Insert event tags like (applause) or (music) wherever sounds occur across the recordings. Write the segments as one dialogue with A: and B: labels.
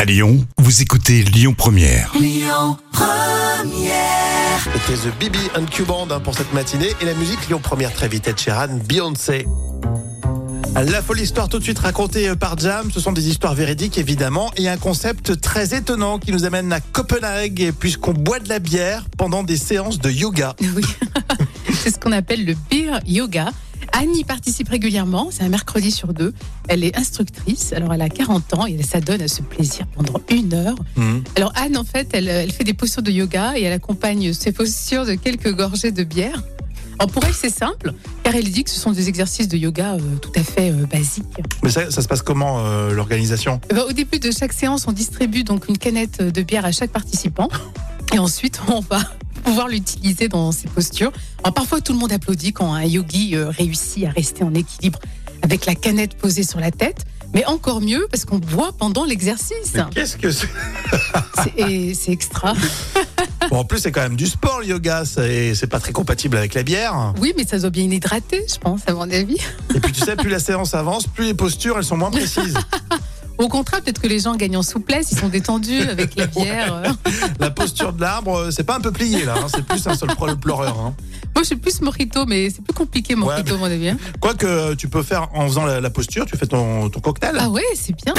A: À Lyon, vous écoutez Lyon Première.
B: C'était The Bibi and Q-Band hein, pour cette matinée. Et la musique Lyon Première très vite, Ed Sheeran, Beyoncé. La folle histoire tout de suite racontée euh, par Jam, ce sont des histoires véridiques évidemment et un concept très étonnant qui nous amène à Copenhague et puisqu'on boit de la bière pendant des séances de yoga.
C: Oui, (laughs) c'est ce qu'on appelle le beer yoga. Annie y participe régulièrement, c'est un mercredi sur deux. Elle est instructrice, alors elle a 40 ans et elle s'adonne à ce plaisir pendant une heure.
B: Hmm.
C: Alors Anne, en fait, elle, elle fait des postures de yoga et elle accompagne ses postures de quelques gorgées de bière. Alors pour elle, c'est simple, car elle dit que ce sont des exercices de yoga euh, tout à fait euh, basiques.
B: Mais ça, ça se passe comment euh, l'organisation
C: Eh ben, au début de chaque séance, on distribue donc une canette de bière à chaque participant. Et ensuite, on va pouvoir l'utiliser dans ses postures. Alors, parfois, tout le monde applaudit quand un yogi euh, réussit à rester en équilibre avec la canette posée sur la tête. Mais encore mieux, parce qu'on boit pendant l'exercice.
B: Qu'est-ce que c'est
C: (laughs) C'est- et C'est extra.
B: Bon, En plus, c'est quand même du sport le yoga, c'est c'est pas très compatible avec la bière.
C: Oui, mais ça doit bien hydrater, je pense, à mon avis.
B: Et puis tu sais, plus la séance avance, plus les postures elles sont moins précises.
C: Au contraire, peut-être que les gens gagnent en souplesse, ils sont détendus avec la bière. euh.
B: La posture de l'arbre, euh, c'est pas un peu plié là, hein, c'est plus un seul pro- pleureur. hein.
C: Moi, je suis plus mojito, mais c'est plus compliqué, mojito, à mon avis. hein.
B: Quoique euh, tu peux faire en faisant la, la posture, tu fais ton, ton cocktail.
C: Ah ouais, c'est bien.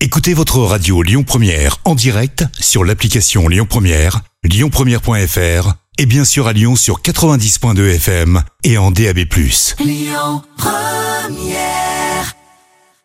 A: Écoutez votre radio Lyon Première en direct sur l'application Lyon Première, lyonpremière.fr et bien sûr à Lyon sur 90.2 FM et en DAB+.